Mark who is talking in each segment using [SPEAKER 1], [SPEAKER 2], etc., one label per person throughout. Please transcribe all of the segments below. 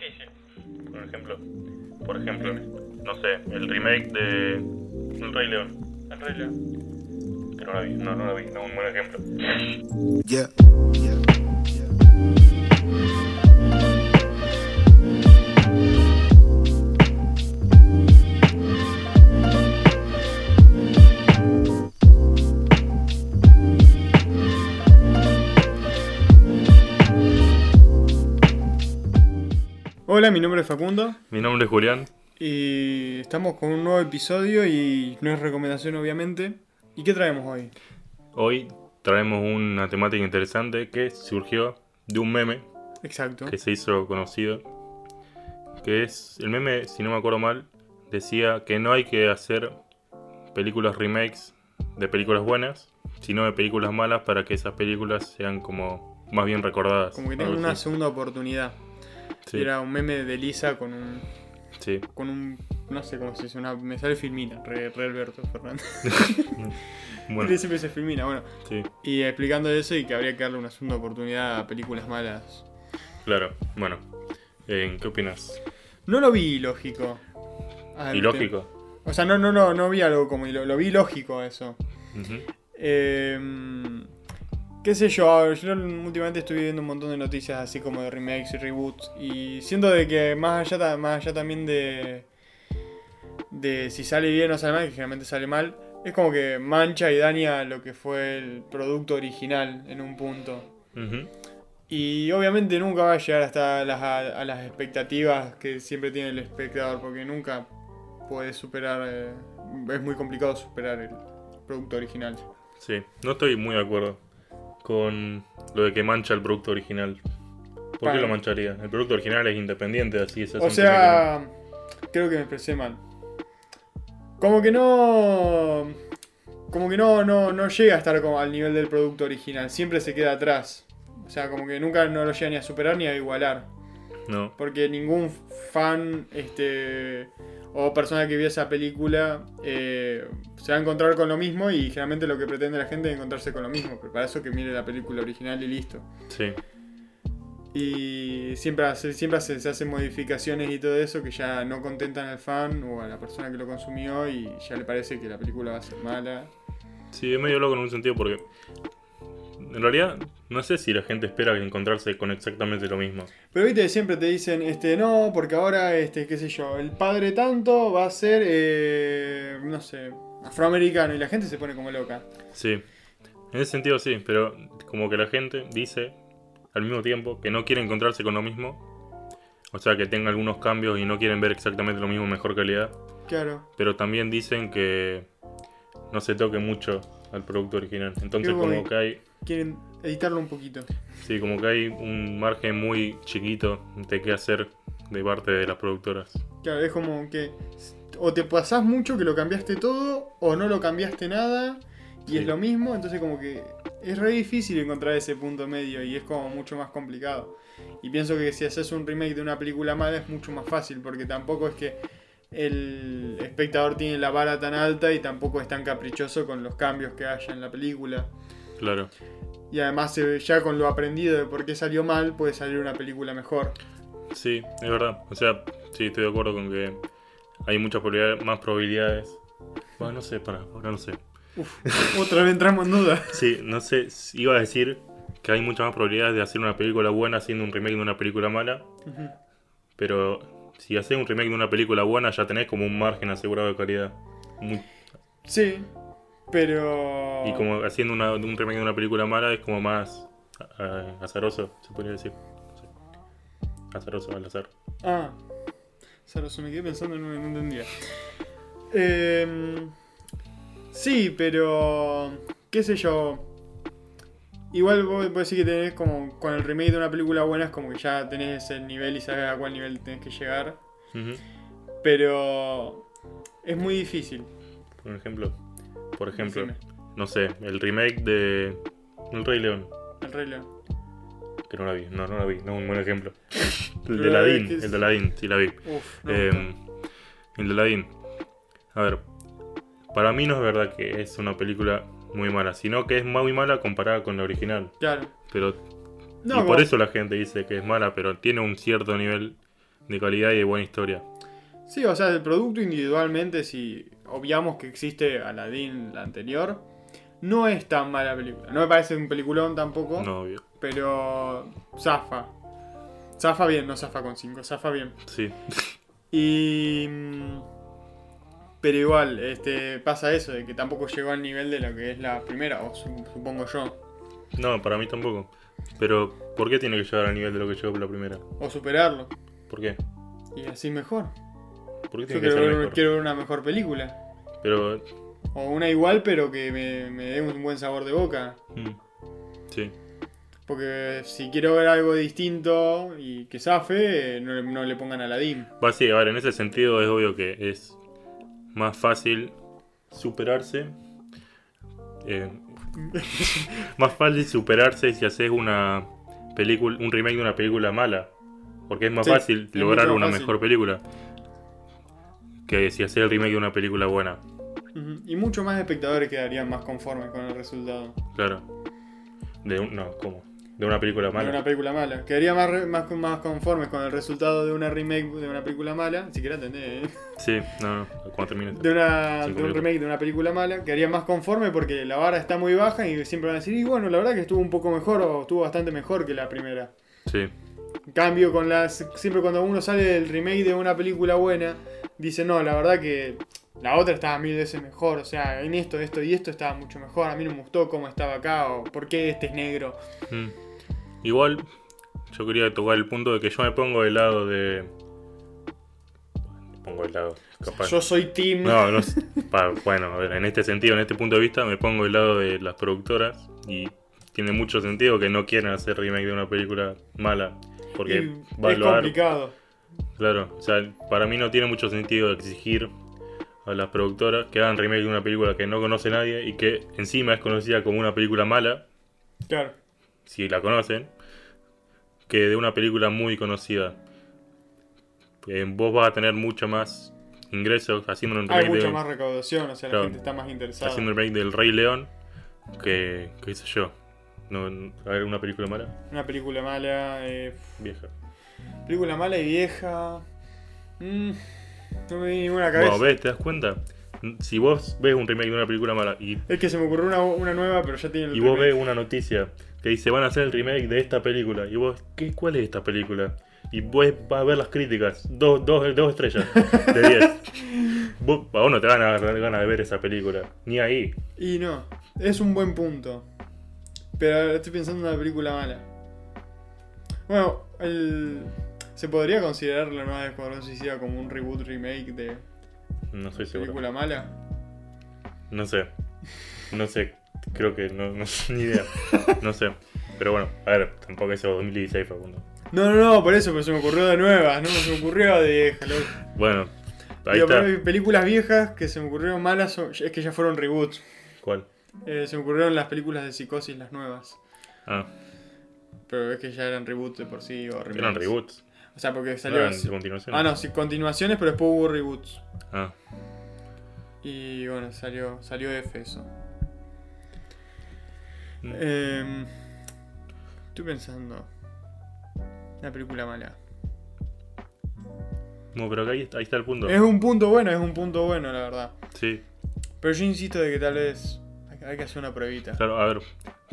[SPEAKER 1] sí. Por ejemplo, por ejemplo, no sé, el remake de El Rey León. El Rey León. Que no la vi, no, no la vi, no un buen ejemplo.
[SPEAKER 2] Yeah.
[SPEAKER 3] Hola, mi nombre es Facundo
[SPEAKER 1] Mi nombre es Julián.
[SPEAKER 3] y estamos con un nuevo episodio y no es recomendación obviamente. ¿Y qué traemos hoy?
[SPEAKER 1] Hoy traemos una temática interesante que surgió de un meme
[SPEAKER 3] Exacto.
[SPEAKER 1] que se hizo conocido. Que es. El meme, si no me acuerdo mal, decía que no hay que hacer películas remakes de películas buenas, sino de películas malas para que esas películas sean como más bien recordadas.
[SPEAKER 3] Como que tengan
[SPEAKER 1] Algo
[SPEAKER 3] una
[SPEAKER 1] así.
[SPEAKER 3] segunda oportunidad.
[SPEAKER 1] Sí,
[SPEAKER 3] Era un meme de Lisa con un,
[SPEAKER 1] sí.
[SPEAKER 3] con un, no sé cómo se dice, una, me sale Filmina, re, re Alberto Fernández.
[SPEAKER 1] Bueno,
[SPEAKER 3] Él siempre dice Filmina, bueno.
[SPEAKER 1] sí,
[SPEAKER 3] Y explicando eso y que habría que darle una segunda oportunidad a películas malas.
[SPEAKER 1] claro. Bueno, eh, ¿qué opinas?
[SPEAKER 3] No lo vi ilógico. Ah,
[SPEAKER 1] Y lógico.
[SPEAKER 3] te- O sea, no, no, no, no vi algo como ilo- lo vi lógico eso.
[SPEAKER 1] Ujú.
[SPEAKER 3] Eh, qué sé yo, yo últimamente estoy viendo un montón de noticias así como de remakes y reboots. Y siento de que más allá, ta- más allá también de. de si sale bien o sale mal, que generalmente sale mal, es como que mancha y daña lo que fue el producto original en un punto.
[SPEAKER 1] Ujú.
[SPEAKER 3] Y obviamente nunca va a llegar hasta las, a, a las expectativas que siempre tiene el espectador, porque nunca puede superar, eh, es muy complicado superar el producto original.
[SPEAKER 1] Sí, no estoy muy de acuerdo con lo de que mancha el producto original. ¿Por
[SPEAKER 3] Para-
[SPEAKER 1] qué lo mancharía? El producto original es independiente, así es. es
[SPEAKER 3] O
[SPEAKER 1] un
[SPEAKER 3] sea, creo que me expresé mal. Como que no... Como que no, no, no llega a estar como al nivel del producto original, siempre se queda atrás. O sea, como que nunca no lo llega ni a superar ni a igualar.
[SPEAKER 1] película. No,
[SPEAKER 3] Porque ningún fan este, o persona que vio esa película eh, se va a encontrar con lo mismo y generalmente lo que pretende la gente es encontrarse con lo mismo. Pero para eso que mire la película original y listo.
[SPEAKER 1] sí.
[SPEAKER 3] Y siempre, hace- siempre hace- se hacen modificaciones y todo eso que ya no contentan al fan o a la persona que lo consumió y ya le parece que la película va a ser mala.
[SPEAKER 1] Sí, es medio loco en un sentido porque. En realidad, no sé si la gente espera encontrarse con exactamente lo mismo.
[SPEAKER 3] Pero viste, siempre te dicen, este, no, porque ahora, este, qué sé yo, el padre tanto va a ser, eh, no sé, afroamericano y la gente se pone como loca.
[SPEAKER 1] Sí. En ese sentido sí, pero como que la gente dice al mismo tiempo que no quiere encontrarse con lo mismo. O sea, que tenga algunos cambios y no quieren ver exactamente lo mismo, mejor calidad.
[SPEAKER 3] Claro.
[SPEAKER 1] Pero también dicen que no se toque mucho al producto original. Entonces
[SPEAKER 3] Qué
[SPEAKER 1] como
[SPEAKER 3] bueno.
[SPEAKER 1] que hay,
[SPEAKER 3] Quieren editarlo un poquito.
[SPEAKER 1] sí, como que hay un margen muy chiquito de qué hacer de parte de las productoras.
[SPEAKER 3] Claro, es como que o te pasás mucho que lo cambiaste todo o no lo cambiaste nada y
[SPEAKER 1] Sí.
[SPEAKER 3] es lo mismo, entonces como que es re difícil encontrar ese punto medio y es como mucho más complicado. Y pienso que si haces un remake de una película mala es mucho más fácil porque tampoco es que el espectador tiene la vara tan alta y tampoco es tan caprichoso con los cambios que haya en la película.
[SPEAKER 1] Claro.
[SPEAKER 3] Y además eh, ya con lo aprendido de por qué salió mal puede salir una película mejor.
[SPEAKER 1] Sí, es verdad. O sea, sí, estoy de acuerdo con que hay muchas probabilidades, más probabilidades. Bueno, no sé, para, ahora no sé.
[SPEAKER 3] Uf, otra vez entramos en duda.
[SPEAKER 1] Sí, no sé, s- iba a decir que hay muchas más probabilidades de hacer una película buena haciendo un remake de una película mala,
[SPEAKER 3] Ujú.
[SPEAKER 1] pero si haces un remake de una película buena ya tenés como un margen asegurado de calidad. Muy-
[SPEAKER 3] Sí, pero.
[SPEAKER 1] y como haciendo una- un remake de una película mala es como más eh, azaroso, se podría decir. No sé. Azaroso, al azar.
[SPEAKER 3] Ah, Saroso, me quedé pensando, no, no entendía. Em, sí, pero. ¿Qué sé yo? Igual vos podés decir que tenés como. Con el remake de una película buena es como que ya tenés el nivel y sabes a cuál nivel tenés que llegar.
[SPEAKER 1] Ujú.
[SPEAKER 3] Pero. Es muy difícil.
[SPEAKER 1] Por ejemplo, por ejemplo,
[SPEAKER 3] Decime.
[SPEAKER 1] no sé, el remake de El Rey León,
[SPEAKER 3] El Rey León.
[SPEAKER 1] que no la vi, no, no la vi, no es un buen ejemplo. El de
[SPEAKER 3] Pero la vi
[SPEAKER 1] Aladdin,
[SPEAKER 3] que es-
[SPEAKER 1] el de Aladdin, sí la vi.
[SPEAKER 3] Uf, no.
[SPEAKER 1] Eh,
[SPEAKER 3] me gusta.
[SPEAKER 1] el de Aladdin. A ver, para mí no es verdad que es una película muy mala, sino que es muy mala comparada con la original.
[SPEAKER 3] claro.
[SPEAKER 1] Pero,
[SPEAKER 3] No,
[SPEAKER 1] y por
[SPEAKER 3] como-
[SPEAKER 1] eso la gente dice que es mala, pero tiene un cierto nivel de calidad y de buena historia.
[SPEAKER 3] Sí, o sea, el producto individualmente, si obviamos que existe Aladdin, la anterior, no es tan mala película. No me parece un peliculón tampoco,
[SPEAKER 1] No, obvio.
[SPEAKER 3] pero zafa. Zafa bien, no zafa con 5, zafa bien.
[SPEAKER 1] Sí.
[SPEAKER 3] Y. mm, Pero igual, este, pasa eso, de que tampoco llegó al nivel de lo que es la primera, o su- supongo yo,
[SPEAKER 1] No, para mí tampoco. Pero, ¿por qué tiene que llegar al nivel de lo que llegó por la primera?
[SPEAKER 3] o superarlo.
[SPEAKER 1] ¿Por qué?
[SPEAKER 3] Y así mejor.
[SPEAKER 1] ¿Por qué tiene
[SPEAKER 3] Yo
[SPEAKER 1] que
[SPEAKER 3] quiero
[SPEAKER 1] ser
[SPEAKER 3] ver,
[SPEAKER 1] mejor?
[SPEAKER 3] quiero ver una mejor película.
[SPEAKER 1] Pero,
[SPEAKER 3] O una igual, pero que me, me dé un buen sabor de boca.
[SPEAKER 1] mm, sí.
[SPEAKER 3] Porque si quiero ver algo distinto y que zafe, eh, no, le- no le pongan Aladdin.
[SPEAKER 1] Va, sí, a ver, en ese sentido es obvio que es más fácil superarse. eh, más fácil superarse si haces una película, un remake de una película mala. Porque es más
[SPEAKER 3] Sí,
[SPEAKER 1] fácil
[SPEAKER 3] es
[SPEAKER 1] lograr
[SPEAKER 3] mucho más
[SPEAKER 1] una
[SPEAKER 3] fácil.
[SPEAKER 1] mejor película que si haces el remake de una película buena.
[SPEAKER 3] Ujú. Y mucho más espectadores quedarían más conformes con el resultado.
[SPEAKER 1] Claro. De un, no, ¿cómo? De una película
[SPEAKER 3] De
[SPEAKER 1] mala.
[SPEAKER 3] una película mala. Quedaría más, re- más, más conformes con el resultado de una remake de una película mala. Si querés entender, ¿eh?
[SPEAKER 1] Sí, no, no, cuando termine.
[SPEAKER 3] De, una,
[SPEAKER 1] Sin
[SPEAKER 3] de un
[SPEAKER 1] problema.
[SPEAKER 3] remake de una película mala. Quedaría más conforme porque la vara está muy baja y siempre van a decir, y bueno, la verdad que estuvo un poco mejor o estuvo bastante mejor que la primera.
[SPEAKER 1] Sí,
[SPEAKER 3] En cambio, con las, siempre cuando uno sale del remake de una película buena, dice, no, la verdad que la otra estaba mil veces mejor. O sea, en esto, esto y esto estaba mucho mejor. A mí no me gustó cómo estaba acá o por qué este es negro.
[SPEAKER 1] Mm. Igual, yo quería tocar el punto de que yo me pongo del lado de. Me pongo del lado, capaz.
[SPEAKER 3] Yo soy Tim.
[SPEAKER 1] No, no sé. Pa- bueno, a ver, en este sentido, en este punto de vista, me pongo del lado de las productoras y tiene mucho sentido que no quieran hacer remake de una película mala. Porque
[SPEAKER 3] Y
[SPEAKER 1] va a
[SPEAKER 3] es
[SPEAKER 1] lograr-
[SPEAKER 3] complicado.
[SPEAKER 1] Claro, o sea, para mí no tiene mucho sentido exigir a las productoras que hagan remake de una película que no conoce nadie y que encima es conocida como una película mala,
[SPEAKER 3] Claro.
[SPEAKER 1] si la conocen, que de una película muy conocida. Eh, vos vas a tener mucho más ingresos haciendo un
[SPEAKER 3] Hay
[SPEAKER 1] remake,
[SPEAKER 3] mucha
[SPEAKER 1] de,
[SPEAKER 3] Ah, más recaudación, o sea, la
[SPEAKER 1] Claro.
[SPEAKER 3] gente está más interesada.
[SPEAKER 1] haciendo un remake del Rey León que, qué sé yo, no, no- a ver, una película mala,
[SPEAKER 3] Una película mala, eh,
[SPEAKER 1] vieja.
[SPEAKER 3] película mala y vieja. Mm, no me viene ninguna a la cabeza.
[SPEAKER 1] Bueno, ves, te das cuenta. Si vos ves un remake de una película mala y
[SPEAKER 3] Es que se me ocurrió una, una nueva, pero ya tiene el
[SPEAKER 1] Y vos
[SPEAKER 3] remake.
[SPEAKER 1] ves una noticia que dice van a hacer el remake de esta película. Y vos, ¿qué, ¿cuál es esta película? Y vos vas a ver las críticas. Dos, dos, dos estrellas de 10. vos, a vos no te van a dar ganas de ver esa película. Ni ahí.
[SPEAKER 3] Y no, es un buen punto. Pero ahora estoy pensando en una película mala. Bueno, el... se podría considerar la nueva de Escuadrón Suicida como un reboot remake de
[SPEAKER 1] No soy seguro.
[SPEAKER 3] película mala.
[SPEAKER 1] No sé. No sé. Creo que no, no ni idea. No sé. Pero bueno, a ver, tampoco eso 2016, Facundo.
[SPEAKER 3] No, no, no, por eso, pero se me ocurrió de nuevas, no se me ocurrió de Hello.
[SPEAKER 1] Bueno, ahí
[SPEAKER 3] Digo,
[SPEAKER 1] está.
[SPEAKER 3] pero hay películas viejas que se me ocurrieron malas son- es que ya fueron reboots.
[SPEAKER 1] ¿Cuál?
[SPEAKER 3] Eh, se me ocurrieron las películas de psicosis, las nuevas.
[SPEAKER 1] Ah,
[SPEAKER 3] Pero es que ya eran reboots de por sí o remakes.
[SPEAKER 1] eran reboots.
[SPEAKER 3] O sea, porque
[SPEAKER 1] No
[SPEAKER 3] salió.
[SPEAKER 1] eran
[SPEAKER 3] así.
[SPEAKER 1] continuaciones.
[SPEAKER 3] ah, no, sí, continuaciones, pero después hubo reboots.
[SPEAKER 1] Ah,
[SPEAKER 3] Y bueno, salió, salió F eso.
[SPEAKER 1] Mm.
[SPEAKER 3] Em, estoy pensando. Una película mala.
[SPEAKER 1] No, pero acá ahí está, ahí está el punto.
[SPEAKER 3] Es un punto bueno, es un punto bueno, la verdad.
[SPEAKER 1] Sí.
[SPEAKER 3] Pero yo insisto de que tal vez hay- hay que hacer una pruebita.
[SPEAKER 1] Claro, a ver,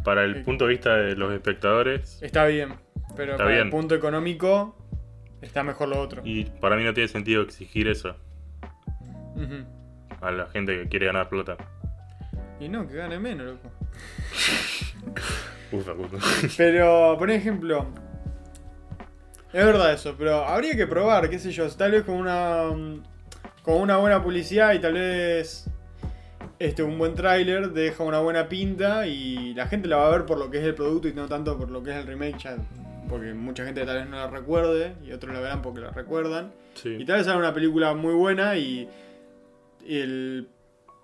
[SPEAKER 1] para el punto de vista de los espectadores,
[SPEAKER 3] Está bien, pero
[SPEAKER 1] Está
[SPEAKER 3] para el
[SPEAKER 1] bien.
[SPEAKER 3] punto económico está mejor lo otro.
[SPEAKER 1] y para mí no tiene sentido exigir eso
[SPEAKER 3] Ujú.
[SPEAKER 1] a la gente que quiere ganar plata.
[SPEAKER 3] Y no, que gane menos, loco.
[SPEAKER 1] Uf, Facundo.
[SPEAKER 3] Pero, por ejemplo, es verdad eso, pero habría que probar, qué sé yo, tal vez con una mm, con una buena publicidad y tal vez este un buen tráiler deja una buena pinta y la gente la va a ver por lo que es el producto y no tanto por lo que es el remake, ya, porque mucha gente tal vez no la recuerde y otros la verán porque la recuerdan. Y
[SPEAKER 1] Sí.
[SPEAKER 3] tal vez sea una película muy buena y el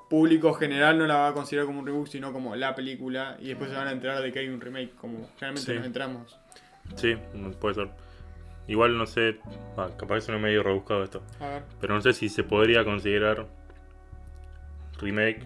[SPEAKER 3] público general no la va a considerar como un reboot, sino como la película. Y después se van a enterar de que hay un remake, como generalmente
[SPEAKER 1] Sí.
[SPEAKER 3] nos entramos.
[SPEAKER 1] Sí, puede ser. Igual no sé, ah, capaz que suena medio rebuscado esto,
[SPEAKER 3] A ver.
[SPEAKER 1] pero no sé si se podría considerar remake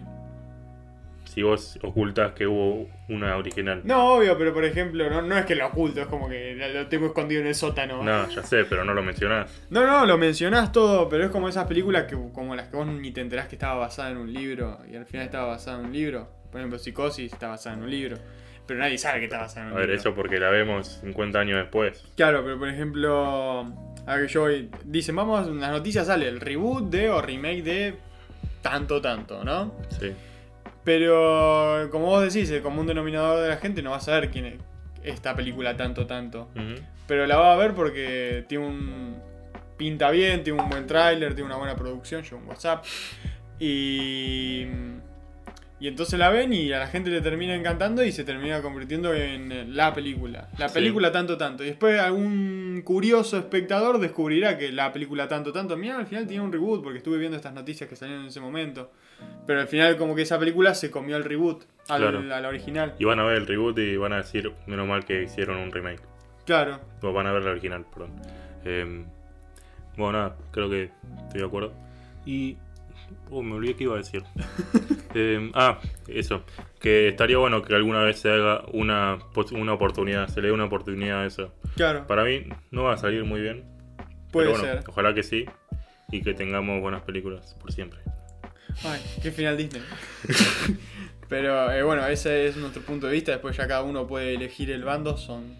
[SPEAKER 1] si vos ocultas que hubo una original.
[SPEAKER 3] No, obvio, pero por ejemplo, no, no es que lo oculto, es como que lo tengo escondido en el sótano.
[SPEAKER 1] No, ya sé, pero no lo mencionás.
[SPEAKER 3] No, no, lo mencionás todo, pero es como esas películas que, como las que vos ni te enterás que estaba basada en un libro y al final estaba basada en un libro. Por ejemplo, Psicosis está basada en un libro, pero nadie sabe que está basada en
[SPEAKER 1] A
[SPEAKER 3] un
[SPEAKER 1] ver,
[SPEAKER 3] libro.
[SPEAKER 1] eso porque la vemos 50 años después.
[SPEAKER 3] Claro, pero por ejemplo, a que yo voy, dicen, vamos, en las noticias sale el reboot de o remake de tanto, tanto, ¿no?
[SPEAKER 1] Sí.
[SPEAKER 3] Pero como vos decís, el común denominador de la gente no va a saber quién es esta película tanto, tanto.
[SPEAKER 1] Ujú.
[SPEAKER 3] Pero la va a ver porque tiene un. pinta bien, tiene un buen tráiler, tiene una buena producción, lleva un WhatsApp. Y. Y entonces la ven y a la gente le termina encantando y se termina convirtiendo en eh, la película. La
[SPEAKER 1] Sí.
[SPEAKER 3] película tanto tanto. Y después algún curioso espectador descubrirá que la película tanto tanto. Mira, al final tiene un reboot porque estuve viendo estas noticias que salieron en ese momento. Pero al final como que esa película se comió el reboot, al,
[SPEAKER 1] Claro.
[SPEAKER 3] a la original.
[SPEAKER 1] Y van a ver el reboot y van a decir, menos mal que hicieron un remake.
[SPEAKER 3] Claro.
[SPEAKER 1] O Pues van a ver la original, perdón. Eh, bueno, nada, creo que estoy de acuerdo. Y. Oh, me olvidé que iba a decir. Eh, ah, eso. Que estaría bueno que alguna vez se haga una, pos- una oportunidad, se le dé una oportunidad a eso.
[SPEAKER 3] Claro.
[SPEAKER 1] Para mí no va a salir muy bien.
[SPEAKER 3] Puede
[SPEAKER 1] pero bueno,
[SPEAKER 3] ser.
[SPEAKER 1] Ojalá que sí. Y que tengamos buenas películas por siempre.
[SPEAKER 3] Ay, qué final Disney. Pero eh, bueno, ese es nuestro punto de vista. Después ya cada uno puede elegir el bando. Son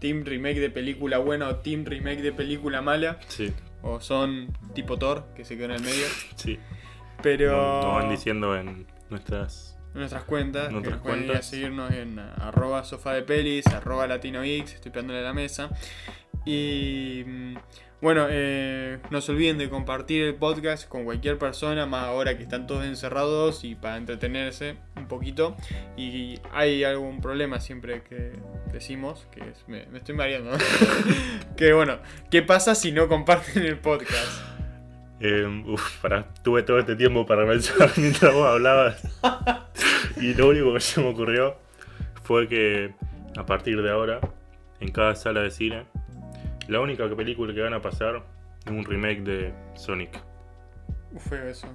[SPEAKER 3] team remake de película buena o team remake de película mala.
[SPEAKER 1] Sí,
[SPEAKER 3] O son tipo Thor, que se quedó en el medio.
[SPEAKER 1] sí.
[SPEAKER 3] Pero
[SPEAKER 1] Nos nos van diciendo en nuestras
[SPEAKER 3] en nuestras cuentas,
[SPEAKER 1] Nuestras
[SPEAKER 3] que nos pueden ir a
[SPEAKER 1] cuentas.
[SPEAKER 3] seguirnos en ah, arroba sofá de pelis, arroba latinox, estoy pegándole a la mesa. Y mm, bueno, eh, no se olviden de compartir el podcast con cualquier persona, más ahora que están todos encerrados y para entretenerse un poquito. Y hay algún problema siempre que decimos, que es- me, me estoy mareando, que bueno, ¿qué pasa si no comparten el podcast?
[SPEAKER 1] Eh, uf, pará, tuve todo este tiempo para pensar mientras vos hablabas. Y lo único que se me ocurrió fue que a partir de ahora, en cada sala de cine, la única película que van a pasar es un remake de Sonic.
[SPEAKER 3] Feo eso,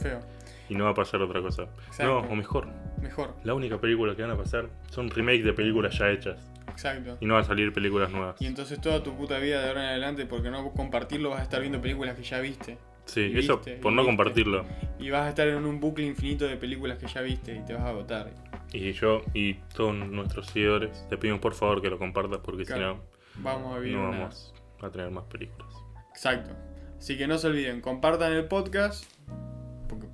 [SPEAKER 3] feo,
[SPEAKER 1] Y no va a pasar otra cosa.
[SPEAKER 3] Exacto.
[SPEAKER 1] No, o mejor,
[SPEAKER 3] mejor,
[SPEAKER 1] la única película que van a pasar son remakes de películas ya hechas.
[SPEAKER 3] exacto.
[SPEAKER 1] Y no van a salir películas nuevas.
[SPEAKER 3] Y entonces toda tu puta vida de ahora en adelante, porque no compartirlo, vas a estar viendo películas que ya viste.
[SPEAKER 1] Sí,
[SPEAKER 3] y
[SPEAKER 1] eso
[SPEAKER 3] viste,
[SPEAKER 1] por
[SPEAKER 3] y
[SPEAKER 1] no
[SPEAKER 3] viste.
[SPEAKER 1] compartirlo.
[SPEAKER 3] Y vas a estar en un bucle infinito de películas que ya viste y te vas a agotar.
[SPEAKER 1] Y yo y todos nuestros seguidores te pedimos por favor que lo compartas porque si
[SPEAKER 3] Claro.
[SPEAKER 1] no...
[SPEAKER 3] Vamos a vivir
[SPEAKER 1] no
[SPEAKER 3] una-
[SPEAKER 1] vamos a tener más películas.
[SPEAKER 3] Exacto. Así que no se olviden, compartan el podcast, porque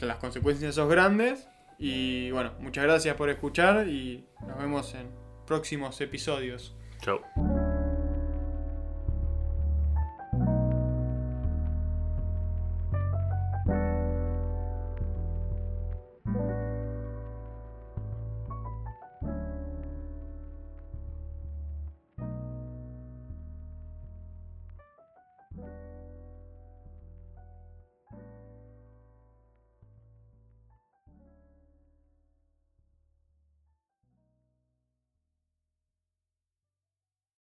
[SPEAKER 3] las consecuencias son grandes. Y bueno, muchas gracias por escuchar y nos vemos en próximos episodios.
[SPEAKER 1] Chao.